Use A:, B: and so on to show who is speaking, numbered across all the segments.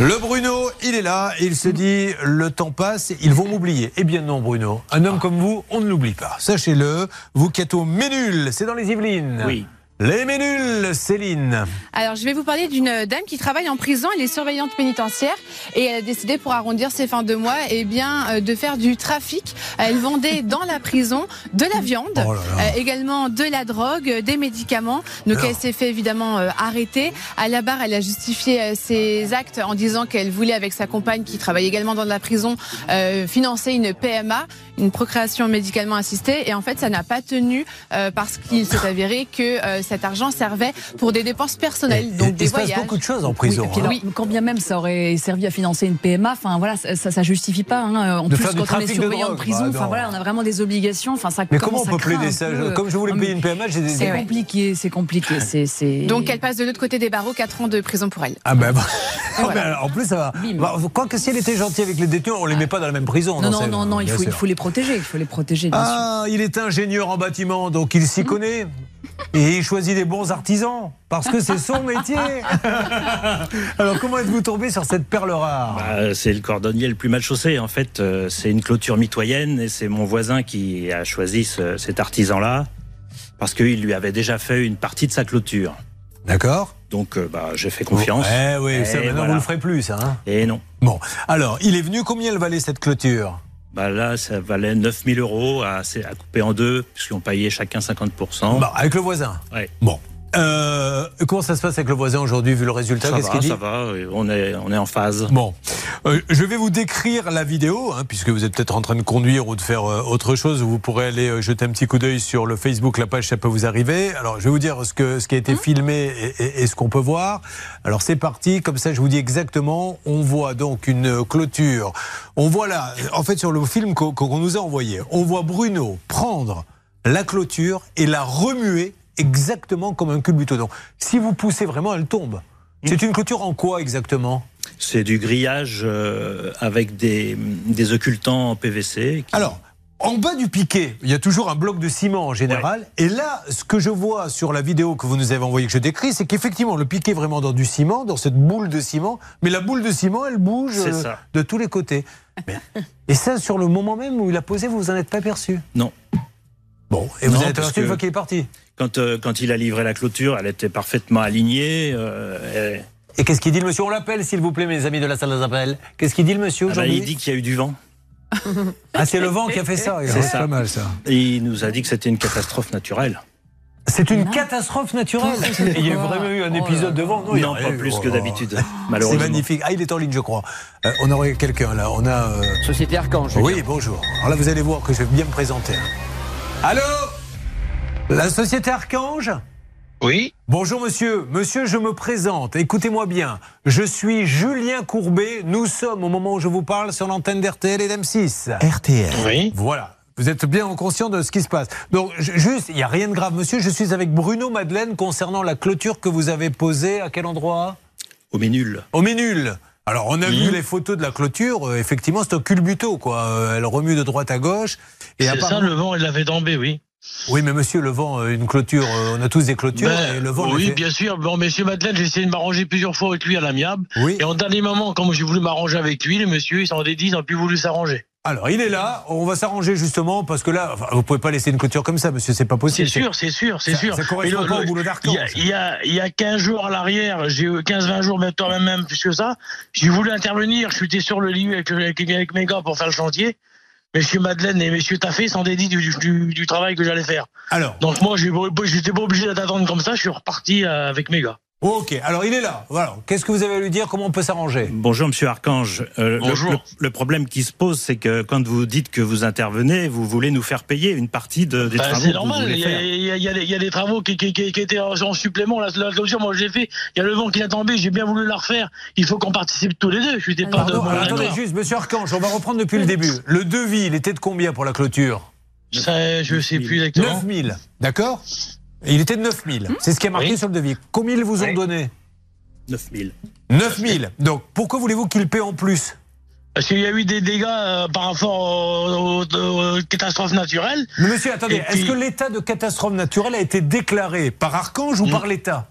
A: Le Bruno, il est là, il se dit le temps passe, ils vont m'oublier. Eh bien non Bruno, un homme comme vous, on ne l'oublie pas. Sachez-le, vous qui êtes au Ménul, c'est dans les Yvelines.
B: Oui.
A: Les Ménuls, Céline.
C: Alors, je vais vous parler d'une dame qui travaille en prison. Elle est surveillante pénitentiaire et elle a décidé pour arrondir ses fins de mois, eh bien, euh, de faire du trafic. Elle vendait dans la prison de la viande,
A: Oh là là.
C: euh, également de la drogue, euh, des médicaments. Donc,
A: Alors.
C: elle s'est fait évidemment euh, arrêter. À la barre, elle a justifié euh, ses actes en disant qu'elle voulait, avec sa compagne qui travaille également dans la prison, euh, financer une PMA, une procréation médicalement assistée. Et en fait, ça n'a pas tenu euh, parce qu'il s'est avéré que euh, cet argent servait pour des dépenses personnelles, donc
A: Eh, il
C: des
A: se passe
C: voyages.
A: beaucoup de choses en prison.
D: Oui, et puis
A: hein.
D: alors, quand bien même ça aurait servi à financer une PMA, enfin voilà, ça, ça, ça justifie pas. hein. En
A: De
D: plus,
A: faire du
D: quand on
A: trafic
D: est
A: de
D: surveillant de
A: drogue,
D: prison,
A: bah
D: enfin
A: non.
D: voilà, on a vraiment des obligations. Enfin, ça
A: Mais comment
D: commence
A: on
D: à
A: peut
D: craindre
A: plaider
D: un
A: ça
D: peu. euh,
A: je- Comme je voulais
D: Non,
A: payer
D: mais
A: une PMA, j'ai des...
D: C'est compliqué, c'est compliqué, c'est c'est-
C: Donc elle passe de l'autre côté des barreaux, 4 ans de prison pour elle.
A: Ah ben, bah,
D: Voilà.
A: mais alors, en plus ça va.
D: Bim.
A: Bah, Quoique si elle était gentille avec les détenus, on les met pas dans la même prison. dans
D: non, non,
A: celle-
D: non, non, il
A: bien
D: faut, il
A: sûr.
D: faut les protéger, il faut les protéger. bien sûr.
A: Ah, il est ingénieur en bâtiment, donc il s'y connaît. Et il choisit des bons artisans, parce que c'est son métier. Alors comment êtes-vous tombé sur cette perle rare
B: Bah, c'est le cordonnier le plus mal chaussé. En fait, euh, c'est une clôture mitoyenne et c'est mon voisin qui a choisi ce- cet artisan-là parce qu'il lui avait déjà fait une partie de sa clôture.
A: D'accord
B: Donc, euh, bah, j'ai fait confiance.
A: Eh oui,
B: Eh
A: ça maintenant
B: voilà.
A: vous le ferez plus. ça, Hein
B: Et non.
A: bon, alors il est venu, combien elle valait cette clôture
B: Bah, là, ça valait 9000 euros à, c'est- à couper en deux, puisqu'on payait chacun 50%.
A: Bon, Bah, Avec le voisin
B: Ouais.
A: Bon. Euh, comment ça se passe avec le voisin aujourd'hui, vu le résultat
B: ça
A: Qu'est-ce
B: va,
A: qu'il dit
B: ça va, euh, on est, on est en phase.
A: Bon, Euh, je vais vous décrire la vidéo, hein, puisque vous êtes peut-être en train de conduire ou de faire euh, autre chose. Vous pourrez aller euh, jeter un petit coup d'œil sur le Facebook, la page, ça peut vous arriver. Alors, je vais vous dire ce, que, ce qui a été filmé et, et- et ce qu'on peut voir. Alors, c'est parti, comme ça, je vous dis exactement. On voit donc une euh, clôture. On voit là, euh, en fait, sur le film qu'on qu'on nous a envoyé, on voit Bruno prendre la clôture et la remuer exactement comme un culbutodon. Si vous poussez vraiment, elle tombe. C'est une clôture en quoi exactement
B: C'est du grillage euh, avec des, des occultants en PVC. qui-
A: Alors, en bas du piquet, il y a toujours un bloc de ciment en général. Et là, ce que je vois sur la vidéo que vous nous avez envoyée, que je décris, c'est qu'effectivement, le piquet est vraiment dans du ciment, dans cette boule de ciment. Mais la boule de ciment, elle bouge
B: C'est
A: euh,
B: ça.
A: de tous les côtés. Mais- et ça, sur le moment même où il a posé, vous vous en êtes pas aperçu
B: Non.
A: Bon, et vous
B: Non,
A: en êtes
B: parce
A: aperçu une
B: que-
A: fois qu'il est parti.
B: Quand, euh, quand il a livré la clôture, elle était parfaitement alignée. euh, et-
A: Et qu'est-ce qu'il dit le monsieur On l'appelle, s'il vous plaît, mes amis de la salle d'appel. Qu'est-ce qu'il dit le monsieur
B: Ah bah,
A: aujourd'hui
B: il dit qu'il y a eu du vent.
A: Ah, c'est le vent qui a fait ça.
B: C'est ça.
A: pas mal ça.
B: Et il nous a dit que c'était une catastrophe naturelle.
A: C'est une
D: Non.
A: catastrophe naturelle.
D: Qu'est-ce que c'est
A: Il y a
D: quoi
A: vraiment eu un
D: Oh là
A: épisode de
D: là.
A: vent. il y
B: non,
A: en a
B: pas
A: eu.
B: plus
A: Oh
B: que
A: là là.
B: d'habitude,
A: C'est
B: malheureusement.
A: magnifique. Ah, il est en ligne, je crois. Euh, on aurait quelqu'un là. On a. euh,
E: Société Archange.
A: Oui, bonjour. Alors là, vous allez voir que je vais bien me présenter. Allô La société Archange
F: Oui,
A: Bonjour monsieur, monsieur je me présente, écoutez-moi bien, je suis Julien Courbet, nous sommes au moment où je vous parle sur l'antenne d'RTL et d'M6.
E: RTL.
F: oui.
A: Voilà. Vous êtes bien conscient de ce qui se passe. Donc, ju- juste, il n'y a rien de grave, monsieur. Je suis avec Bruno Madeleine concernant la clôture que vous avez posée. À quel endroit
B: Au ménul.
A: Au Ménul. Alors, on a vu les photos de la clôture. Euh, effectivement, c'est un culbuto, quoi. Euh, elle remue de droite à gauche. Et
F: C'est ça,
A: apparemment-
F: le vent, il l'avait dambé, oui.
A: Oui, mais monsieur, le vent, euh, une clôture, euh, on a tous des clôtures.
F: Ben,
A: et le vent,
F: oui,
A: le fait-
F: bien sûr. Bon, monsieur Madeleine, j'ai essayé de m'arranger plusieurs fois avec lui à l'amiable.
A: Oui.
F: Et en dernier moment, quand j'ai voulu m'arranger avec lui, le monsieur, il s'en dédit, ils n'ont plus voulu s'arranger.
A: Alors, il est là. On va s'arranger, justement, parce que là, enfin, vous pouvez pas laisser une clôture comme ça, monsieur. C'est pas
F: C'est
A: possible.
F: sûr, c'est sûr, c'est
A: Ça-
F: sûr.
A: ça correspond
F: Et le-
A: pas au
F: le-
A: boulot
F: Il
A: d'Archange.
F: y, a, il, y a, il y a 15 jours à l'arrière, j'ai eu 15-20 jours, même toi même plus que ça, j'ai voulu intervenir, je suis été sur le lieu avec, avec, avec mes gars pour faire le chantier. Monsieur Madeleine et Monsieur Taffé s'en dédient du, du, du travail que j'allais faire.
A: Alors,
F: Donc moi, j'ai- j'étais pas obligé d'attendre comme ça, je suis reparti euh, avec mes gars.
A: ok. Alors, il est là. Voilà. Qu'est-ce que vous avez à lui dire Comment on peut s'arranger
B: Bonjour, monsieur Archange. Euh, le-
F: Bonjour.
B: Le, le problème qui se pose, c'est que quand vous dites que vous intervenez, vous voulez nous faire payer une partie de, des
F: Bah,
B: travaux
F: c'est
B: que vous
F: normal,
B: voulez
F: il y, a-
B: faire.
F: il y a- il y a des- il y a des travaux qui, qui- qui- qui étaient en en supplément. La, la clôture, moi j'ai fait, il y a le vent qui l'a tombé, j'ai bien voulu la refaire. Il faut qu'on participe tous les deux. Je n'étais pas de
A: Pardon,
F: bon
A: alors, attendez
F: accord.
A: juste, monsieur Archange, on va reprendre depuis le début. Le devis, il était de combien pour la clôture
F: Ça, Je sais plus exactement.
A: 9000, d'accord Il était de 9000, c'est ce qui a marqué
F: Oui.
A: sur le devis. Combien ils vous ont
F: Oui.
A: donné
B: 9000.
A: 9000. Donc, pourquoi voulez-vous qu'il paie en plus
F: Parce qu'il y a eu des dégâts euh, par rapport aux, aux- aux- aux catastrophes naturelles.
A: Mais Monsieur, attendez,
F: Et
A: est-ce
F: puis-
A: que l'état de catastrophe naturelle a été déclaré par Archange ou
F: Mm.
A: par l'État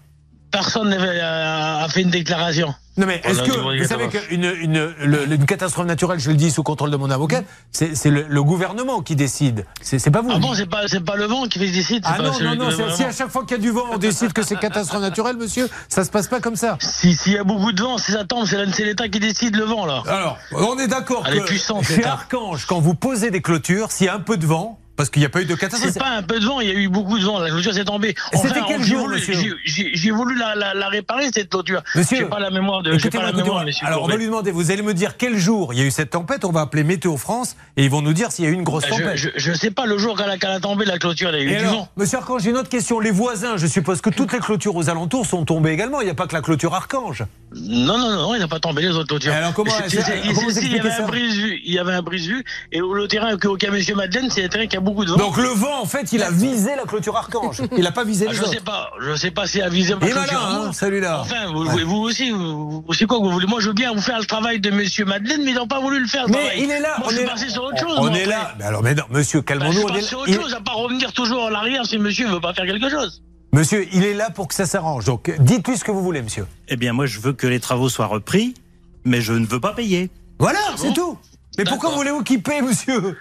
F: personne n'avait, euh, a fait une déclaration.
A: Non mais est-ce
F: Voilà,
A: que
F: niveau
A: vous savez
F: obligatoire.
A: qu'une une, le- le- une catastrophe naturelle, je le dis sous contrôle de mon avocat, c'est c'est le, le gouvernement qui décide. C'est c'est pas vous.
F: Ah bon, c'est pas, c'est pas le vent qui fait des sites.
A: Ah non, non, non, c'est- si à chaque fois qu'il y a du vent, on décide que c'est catastrophe naturelle, monsieur, ça se passe pas comme ça.
F: Si- S'il y a beaucoup de vent, c'est ça tombe, c'est la- c'est l'État qui décide le vent, là.
A: Alors, on est d'accord
F: Elle est
A: que
F: puissante,
A: chez
F: cette arme.
A: Archange, quand vous posez des clôtures, s'il y a un peu de vent, parce qu'il n'y a pas eu de catastrophe,
F: C'est pas un peu de vent, il y a eu beaucoup de vent, la clôture s'est tombée.
A: C'était quel
F: j'ai
A: jour,
F: voulu,
A: monsieur
F: j'ai- j'ai- j'ai voulu la, la- la réparer, cette clôture.
A: Monsieur,
F: J'ai pas la mémoire de. J'ai
A: Écoutez-moi,
F: pas la
A: écoutez-moi.
F: mémoire, monsieur
A: Alors, on va
F: Courbet.
A: lui demander, vous allez me dire quel jour il y a eu cette tempête, on va appeler Météo France et ils vont nous dire s'il y a eu une grosse
F: Bah, Je,
A: tempête.
F: je, je sais pas le jour qu'elle a, qu'elle a tombé la clôture, elle a eu
A: Et
F: du
A: alors,
F: vent.
A: monsieur Archange, j'ai une autre question. Les voisins, je suppose que toutes les clôtures aux alentours sont tombées également. Il n'y a pas que la clôture Archange.
F: Non, non, non, il n'a pas tombé les autres clôtures.
A: Et alors, comment-
F: C'est- c'est-
A: comment vous
F: c'est- Il y
A: expliquez
F: avait
A: ça
F: un brise-vue, il y avait un brise-vue, et le terrain que- qu'a Monsieur Madeleine, c'est un terrain qui a beaucoup de vent.
A: Donc le vent, en fait, il a visé la clôture Archange. Il n'a pas visé
F: Ah,
A: les
F: je sais
A: autres.
F: pas, je sais pas si avisé
A: Il
F: par
A: est malin,
F: clôture,
A: hein,
F: non.
A: celui-là.
F: Enfin, vous, vous aussi, vous, vous- c'est quoi que vous voulez Moi, je veux bien vous faire le travail de Monsieur Madeleine, mais ils n'ont pas voulu le faire. le
A: Mais
F: travail.
A: il est là,
F: Moi,
A: on
F: je
A: est
F: suis
A: là.
F: passé sur autre chose.
A: On
F: moi,
A: est
F: après.
A: là. Mais alors, mais non, monsieur,
F: Bah, je
A: calmons-nous.
F: suis
A: on est
F: passé sur
A: là.
F: autre
A: Il-
F: chose, à part revenir toujours en arrière si monsieur veut pas faire quelque chose.
A: Monsieur, il est là pour que ça s'arrange. Donc, dites-lui ce que vous voulez, monsieur.
B: Eh bien, moi, je veux que les travaux soient repris, mais je ne veux pas payer.
A: Voilà,
F: bon
A: c'est tout. Mais pourquoi
F: D'accord.
A: voulez-vous qu'il paie, monsieur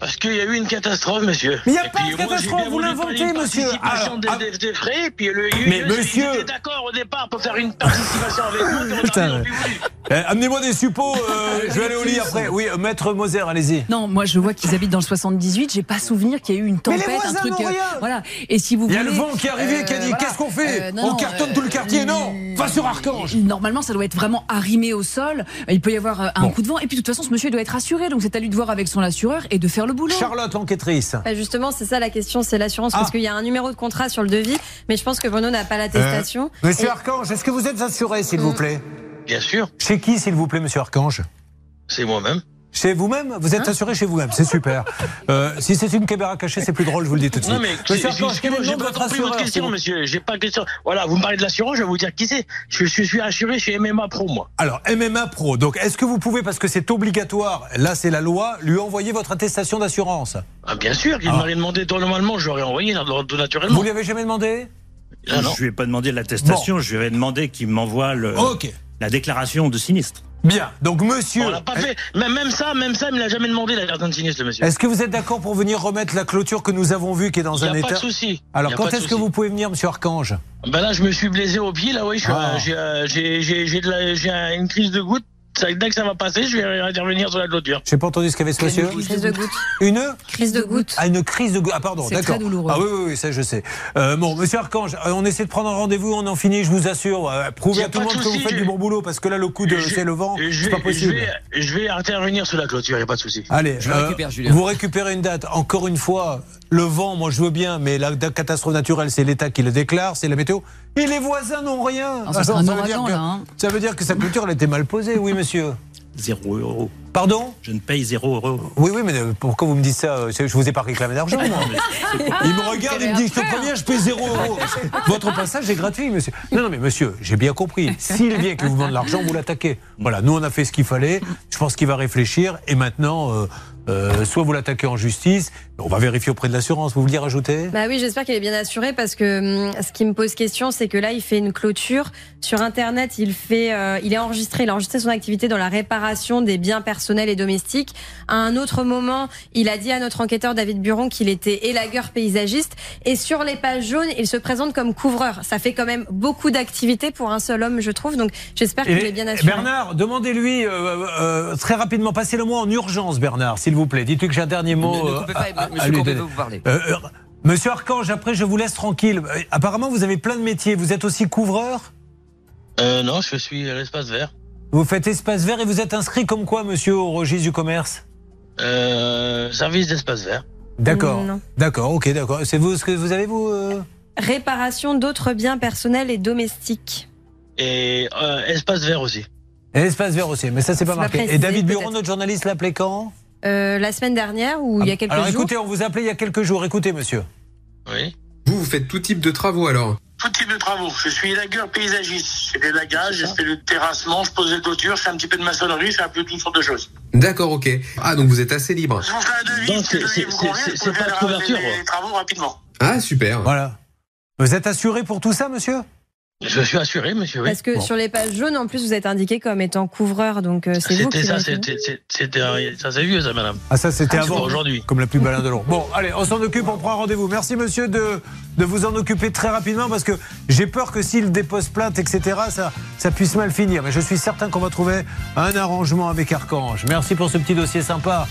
F: Parce qu'il y a eu une catastrophe, monsieur.
A: Mais il y a
F: Et
A: pas
F: puis,
A: de
F: moi, j'ai
A: catastrophe,
F: bien
A: vous
F: voulu
A: l'inventez,
F: parler de
A: monsieur.
F: participation
A: Alors,
F: des,
A: ah-
F: des- des frais, puis le
A: Mais
F: le-
A: monsieur-
F: il était d'accord au départ pour faire une participation avec nous. puis on a
A: Putain,
F: dit,
A: ouais.
F: puis oui.
A: Eh, Amenez-moi des suppôts, euh, je vais aller au lit après. Oui, euh, maître Moser, allez-y.
D: Non, moi je vois qu'ils habitent dans le 78, j'ai pas souvenir qu'il y a eu une
A: Mais les
D: tempête, un
A: voisins
D: truc. euh,
A: n'ont rien.
D: voilà. Et si vous
A: Il y a le
D: voulez,
A: vent qui est arrivé Eh qui a dit
D: voilà.
A: Qu'est-ce qu'on fait
D: Euh, non,
A: On
D: non,
A: cartonne
D: euh,
A: tout le quartier Non
D: euh,
A: Va sur Archange
D: Normalement, ça doit être vraiment arrimé au sol. Il peut y avoir euh, un
A: Bon.
D: coup de vent. Et puis, de toute façon, ce monsieur il doit être assuré. Donc, c'est à lui de voir avec son assureur et de faire le boulot.
A: Charlotte, l'enquêtrice.
E: Bah, justement, c'est ça la question, c'est l'assurance,
A: Ah.
E: parce qu'il y a un numéro de contrat sur le devis, mais je pense que Bruno n'a pas l'attestation.
A: Euh, Monsieur
E: Et-
A: Archange, est-ce que vous êtes assuré, s'il
D: Mm.
A: vous plaît
F: Bien sûr,
A: Chez qui, s'il vous plaît, monsieur Archange
F: c'est moi-même.
A: Chez vous-même Vous
D: Hein
A: êtes assuré chez vous-même, c'est super. Euh, si c'est une caméra cachée, c'est plus drôle, je vous le dis tout de suite.
F: Non, mais
A: monsieur
F: excusez-moi,
A: Archange, quel est le
F: j'ai
A: nom de
F: pas
A: votre
F: compris votre
A: assureur s'il
F: question,
A: vous plaît
F: monsieur. J'ai pas de question. Voilà, vous me parlez de l'assurance, je vais vous dire qui c'est. Je, je suis assuré chez MMA Pro, moi.
A: Alors, MMA Pro, donc est-ce que vous pouvez, parce que c'est obligatoire, là c'est la loi, lui envoyer votre attestation d'assurance
F: Ah, bien sûr, il
A: Ah.
F: m'aurait demandé tout normalement, j'aurais envoyé là, tout naturellement.
A: Vous lui avez jamais demandé
F: Ah, non.
B: Je lui ai pas demandé l'attestation, je lui ai demandé qu'il m'envoie le-
F: Euh.
A: Ok.
B: la déclaration de sinistre.
A: Bien, donc monsieur,
F: On l'a pas fait. Même, même ça, même ça, il me l'a jamais demandé, la carte de sinistre, le monsieur.
A: est-ce que vous êtes d'accord pour venir remettre la clôture que nous avons vue qui est
F: Il
A: dans
F: n'y
A: un
F: a pas
A: état
F: de souci. Il
A: Alors
F: y a
A: quand
F: pas de
A: est-ce que
F: souci.
A: vous pouvez venir, monsieur Archange
F: Ben là, je me suis blessé au pied. Là, oui, je suis,
A: Ah.
F: euh, j'ai, euh, j'ai, j'ai, j'ai, de la- j'ai un- une crise de goutte. Ça, dès que ça va passer, je vais intervenir sur la clôture.
A: J'ai pas entendu ce qu'avait ce monsieur.
E: Crise de goutte.
A: Une
E: Crise de goutte.
A: Ah, une crise de... go- Ah, pardon,
D: C'est
A: d'accord.
D: très douloureux.
A: Ah oui, oui, oui, ça je sais. Euh, bon, monsieur Archange, euh, on essaie de prendre un rendez-vous, on en finit, je vous assure. Euh,
F: Y
A: prouvez
F: a
A: à tout
F: pas
A: le
F: de
A: monde que vous
F: souci,
A: faites
F: je-
A: du bon boulot, parce que là, le coup de...
F: Je-
A: C'est le vent,
F: Et je
A: c'est pas
F: vais- Je
A: possible. Ah.
F: vais, je vais intervenir sur la clôture, il n'y a pas de souci.
A: Allez, euh,
G: Je le récupère, Julien.
A: vous récupérez une date. Encore une fois, le vent, moi je veux bien, mais la da- catastrophe naturelle, c'est l'État qui le déclare, c'est la météo. Et les voisins n'ont rien.
D: Ah, ça sera
A: Alors,
D: un
A: veut dire
D: ouragan,
A: que-
D: là, hein.
A: ça veut dire que sa culture, elle était mal posée, oui monsieur.
B: Zéro euro.
A: Pardon
B: Je ne paye zéro euro.
A: Oui, oui, mais euh, pourquoi vous me dites ça euh, Je vous ai pas réclamé d'argent, moi. Il me regarde, il me dit, je te préviens, je paie zéro euro. Votre passage est gratuit, monsieur. Non, non, mais monsieur, j'ai bien compris. S'il vient que vous demande de l'argent, vous l'attaquez. Voilà, nous, on a fait ce qu'il fallait. Je pense qu'il va réfléchir. Et maintenant, euh, euh, soit vous l'attaquez en justice, on va vérifier auprès de l'assurance. Vous vouliez rajouter
E: Bah oui, j'espère qu'il est bien assuré parce que hum, ce qui me pose question, c'est que là, il fait une clôture sur Internet. Il fait, euh, il est enregistré, il a enregistré son activité dans la réparation des biens personnels et domestiques. À un autre moment, il a dit à notre enquêteur David Buron qu'il était élagueur paysagiste. Et sur les pages jaunes, il se présente comme couvreur. Ça fait quand même beaucoup d'activités pour un seul homme, je trouve. Donc, j'espère qu'il
A: Et
E: est bien assuré.
A: Bernard, demandez-lui euh, euh, très rapidement, passez-le-moi en urgence, Bernard, s'il vous plaît. Dites-lui que j'ai un dernier
G: Ne,
A: mot.
G: ne
A: euh,
G: coupez
A: à- à-
G: pas,
A: à
G: monsieur
A: lui
G: Courbet
A: donner.
G: va vous parler.
A: Euh, euh, Monsieur Archange, après, je vous laisse tranquille. Euh, Apparemment, vous avez plein de métiers. Vous êtes aussi couvreur
F: Euh, non, je suis à l'espace vert.
A: Vous faites espace vert et vous êtes inscrit comme quoi, monsieur, au registre du commerce
F: Euh, service d'espace vert.
A: D'accord.
E: Non.
A: D'accord, ok, d'accord. C'est vous ce que vous avez, vous euh
E: Réparation d'autres biens personnels et domestiques.
F: Et euh, espace vert aussi.
A: Et Espace vert aussi, mais ça, c'est pas
E: C'est pas
A: marqué.
E: précisé,
A: et David Buron,
E: peut-être.
A: notre journaliste, l'appelait quand
E: Euh, la semaine dernière ou il y a quelques
A: Ah Alors
E: jours.
A: écoutez, on vous appelait il y a quelques jours. Écoutez, monsieur.
F: Oui.
H: Vous, vous faites tout type de travaux alors
I: tout type de travaux. Je suis élagueur paysagiste. J'ai fait l'élagage, j'ai fait le terrassement, je pose des clôtures, je fais un petit peu de maçonnerie, je fais un peu toutes sortes de choses.
H: D'accord, ok. Ah, donc vous êtes assez libre.
I: Je vous fais un devis,
F: Donc,
I: si le
F: c'est-
I: devis vous
F: c'est-
I: convient,
F: c'est-
I: vous
F: c'est
I: pouvez
F: pas de
I: ramener
F: couverture,
I: les
F: ouais.
I: travaux rapidement.
H: Ah, super.
A: Voilà. Vous êtes assuré pour tout ça, monsieur
F: Je suis assuré, monsieur. Oui.
E: Parce que
A: Bon.
E: sur les pages jaunes, en plus, vous êtes indiqué comme étant couvreur, donc euh, c'est vous
F: C'était
E: qui
F: ça,
E: l'avez fait.
F: c'était c'était- c'était un- ça, c'est vieux, ça, madame.
A: Ah, ça, c'était
F: C'est pas
A: avant.
F: aujourd'hui.
A: Comme la plus balade de l'ombre. Bon, allez, on s'en occupe, on prend rendez-vous. Merci, monsieur, de, de vous en occuper très rapidement parce que j'ai peur que s'il dépose plainte, etc., ça, ça puisse mal finir. Mais je suis certain qu'on va trouver un arrangement avec Archange. Merci pour ce petit dossier sympa.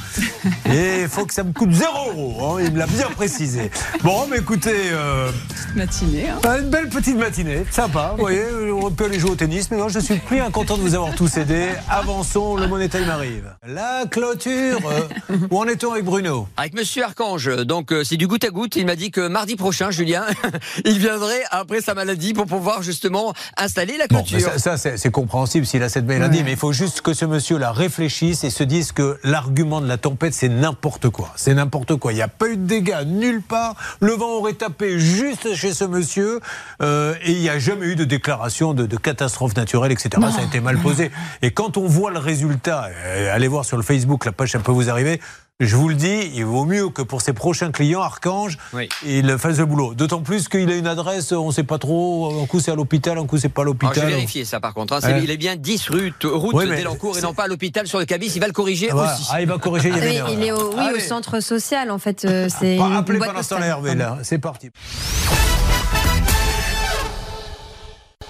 A: Et il faut que ça me coûte zéro euro. hein, il me l'a bien précisé. Bon, mais écoutez, euh,
D: Matinée. hein.
A: une belle petite matinée. Sympa. Vous voyez, on peut aller jouer au tennis, mais moi, je suis plus content de vous avoir tous aidés. Avançons, le Money Time arrive. La clôture. euh, où en est-on avec Bruno
G: Avec Monsieur Archange, donc euh, c'est du goutte à goutte. Il m'a dit que mardi prochain, Julien, il viendrait après sa maladie pour pouvoir justement installer la
A: Bon,
G: clôture.
A: mais ça, ça, c'est c'est compréhensible s'il a cette maladie, mais il faut juste que ce monsieur-là réfléchisse et se dise que l'argument de la tempête, c'est n'importe quoi. C'est n'importe quoi. Il n'y a pas eu de dégâts nulle part. Le vent aurait tapé juste chez ce monsieur euh, et il n'y a jamais eu de déclaration de, de catastrophe naturelle, etc. Ça a été mal posé. Et quand on voit le résultat, euh, allez voir sur le Facebook, la page, ça peut vous arriver. Je vous le dis, il vaut mieux que pour ses prochains clients, Archange,
G: Oui.
A: il fasse le boulot. D'autant plus qu'il a une adresse, on ne sait pas trop, un coup c'est à l'hôpital, un coup c'est pas à l'hôpital.
G: Alors, j'ai vérifié ça par contre. hein. C'est-
A: Ouais.
G: Il est bien 10 route, route
A: Oui, mais
G: d'Elancourt et
A: c'est-
G: non pas à l'hôpital sur le cabis. Il va le corriger
A: Ah, voilà.
G: aussi.
A: Ah, il va corriger, il y avait
E: Oui,
A: une
E: il est
A: erreur.
E: au, oui, au
A: Allez.
E: centre social, en fait. euh, c'est
A: Ah, Pas-
E: une
A: Appelez
E: boîte
A: pendant ce temps
E: postale. Ah,
A: Hervé, là. C'est parti.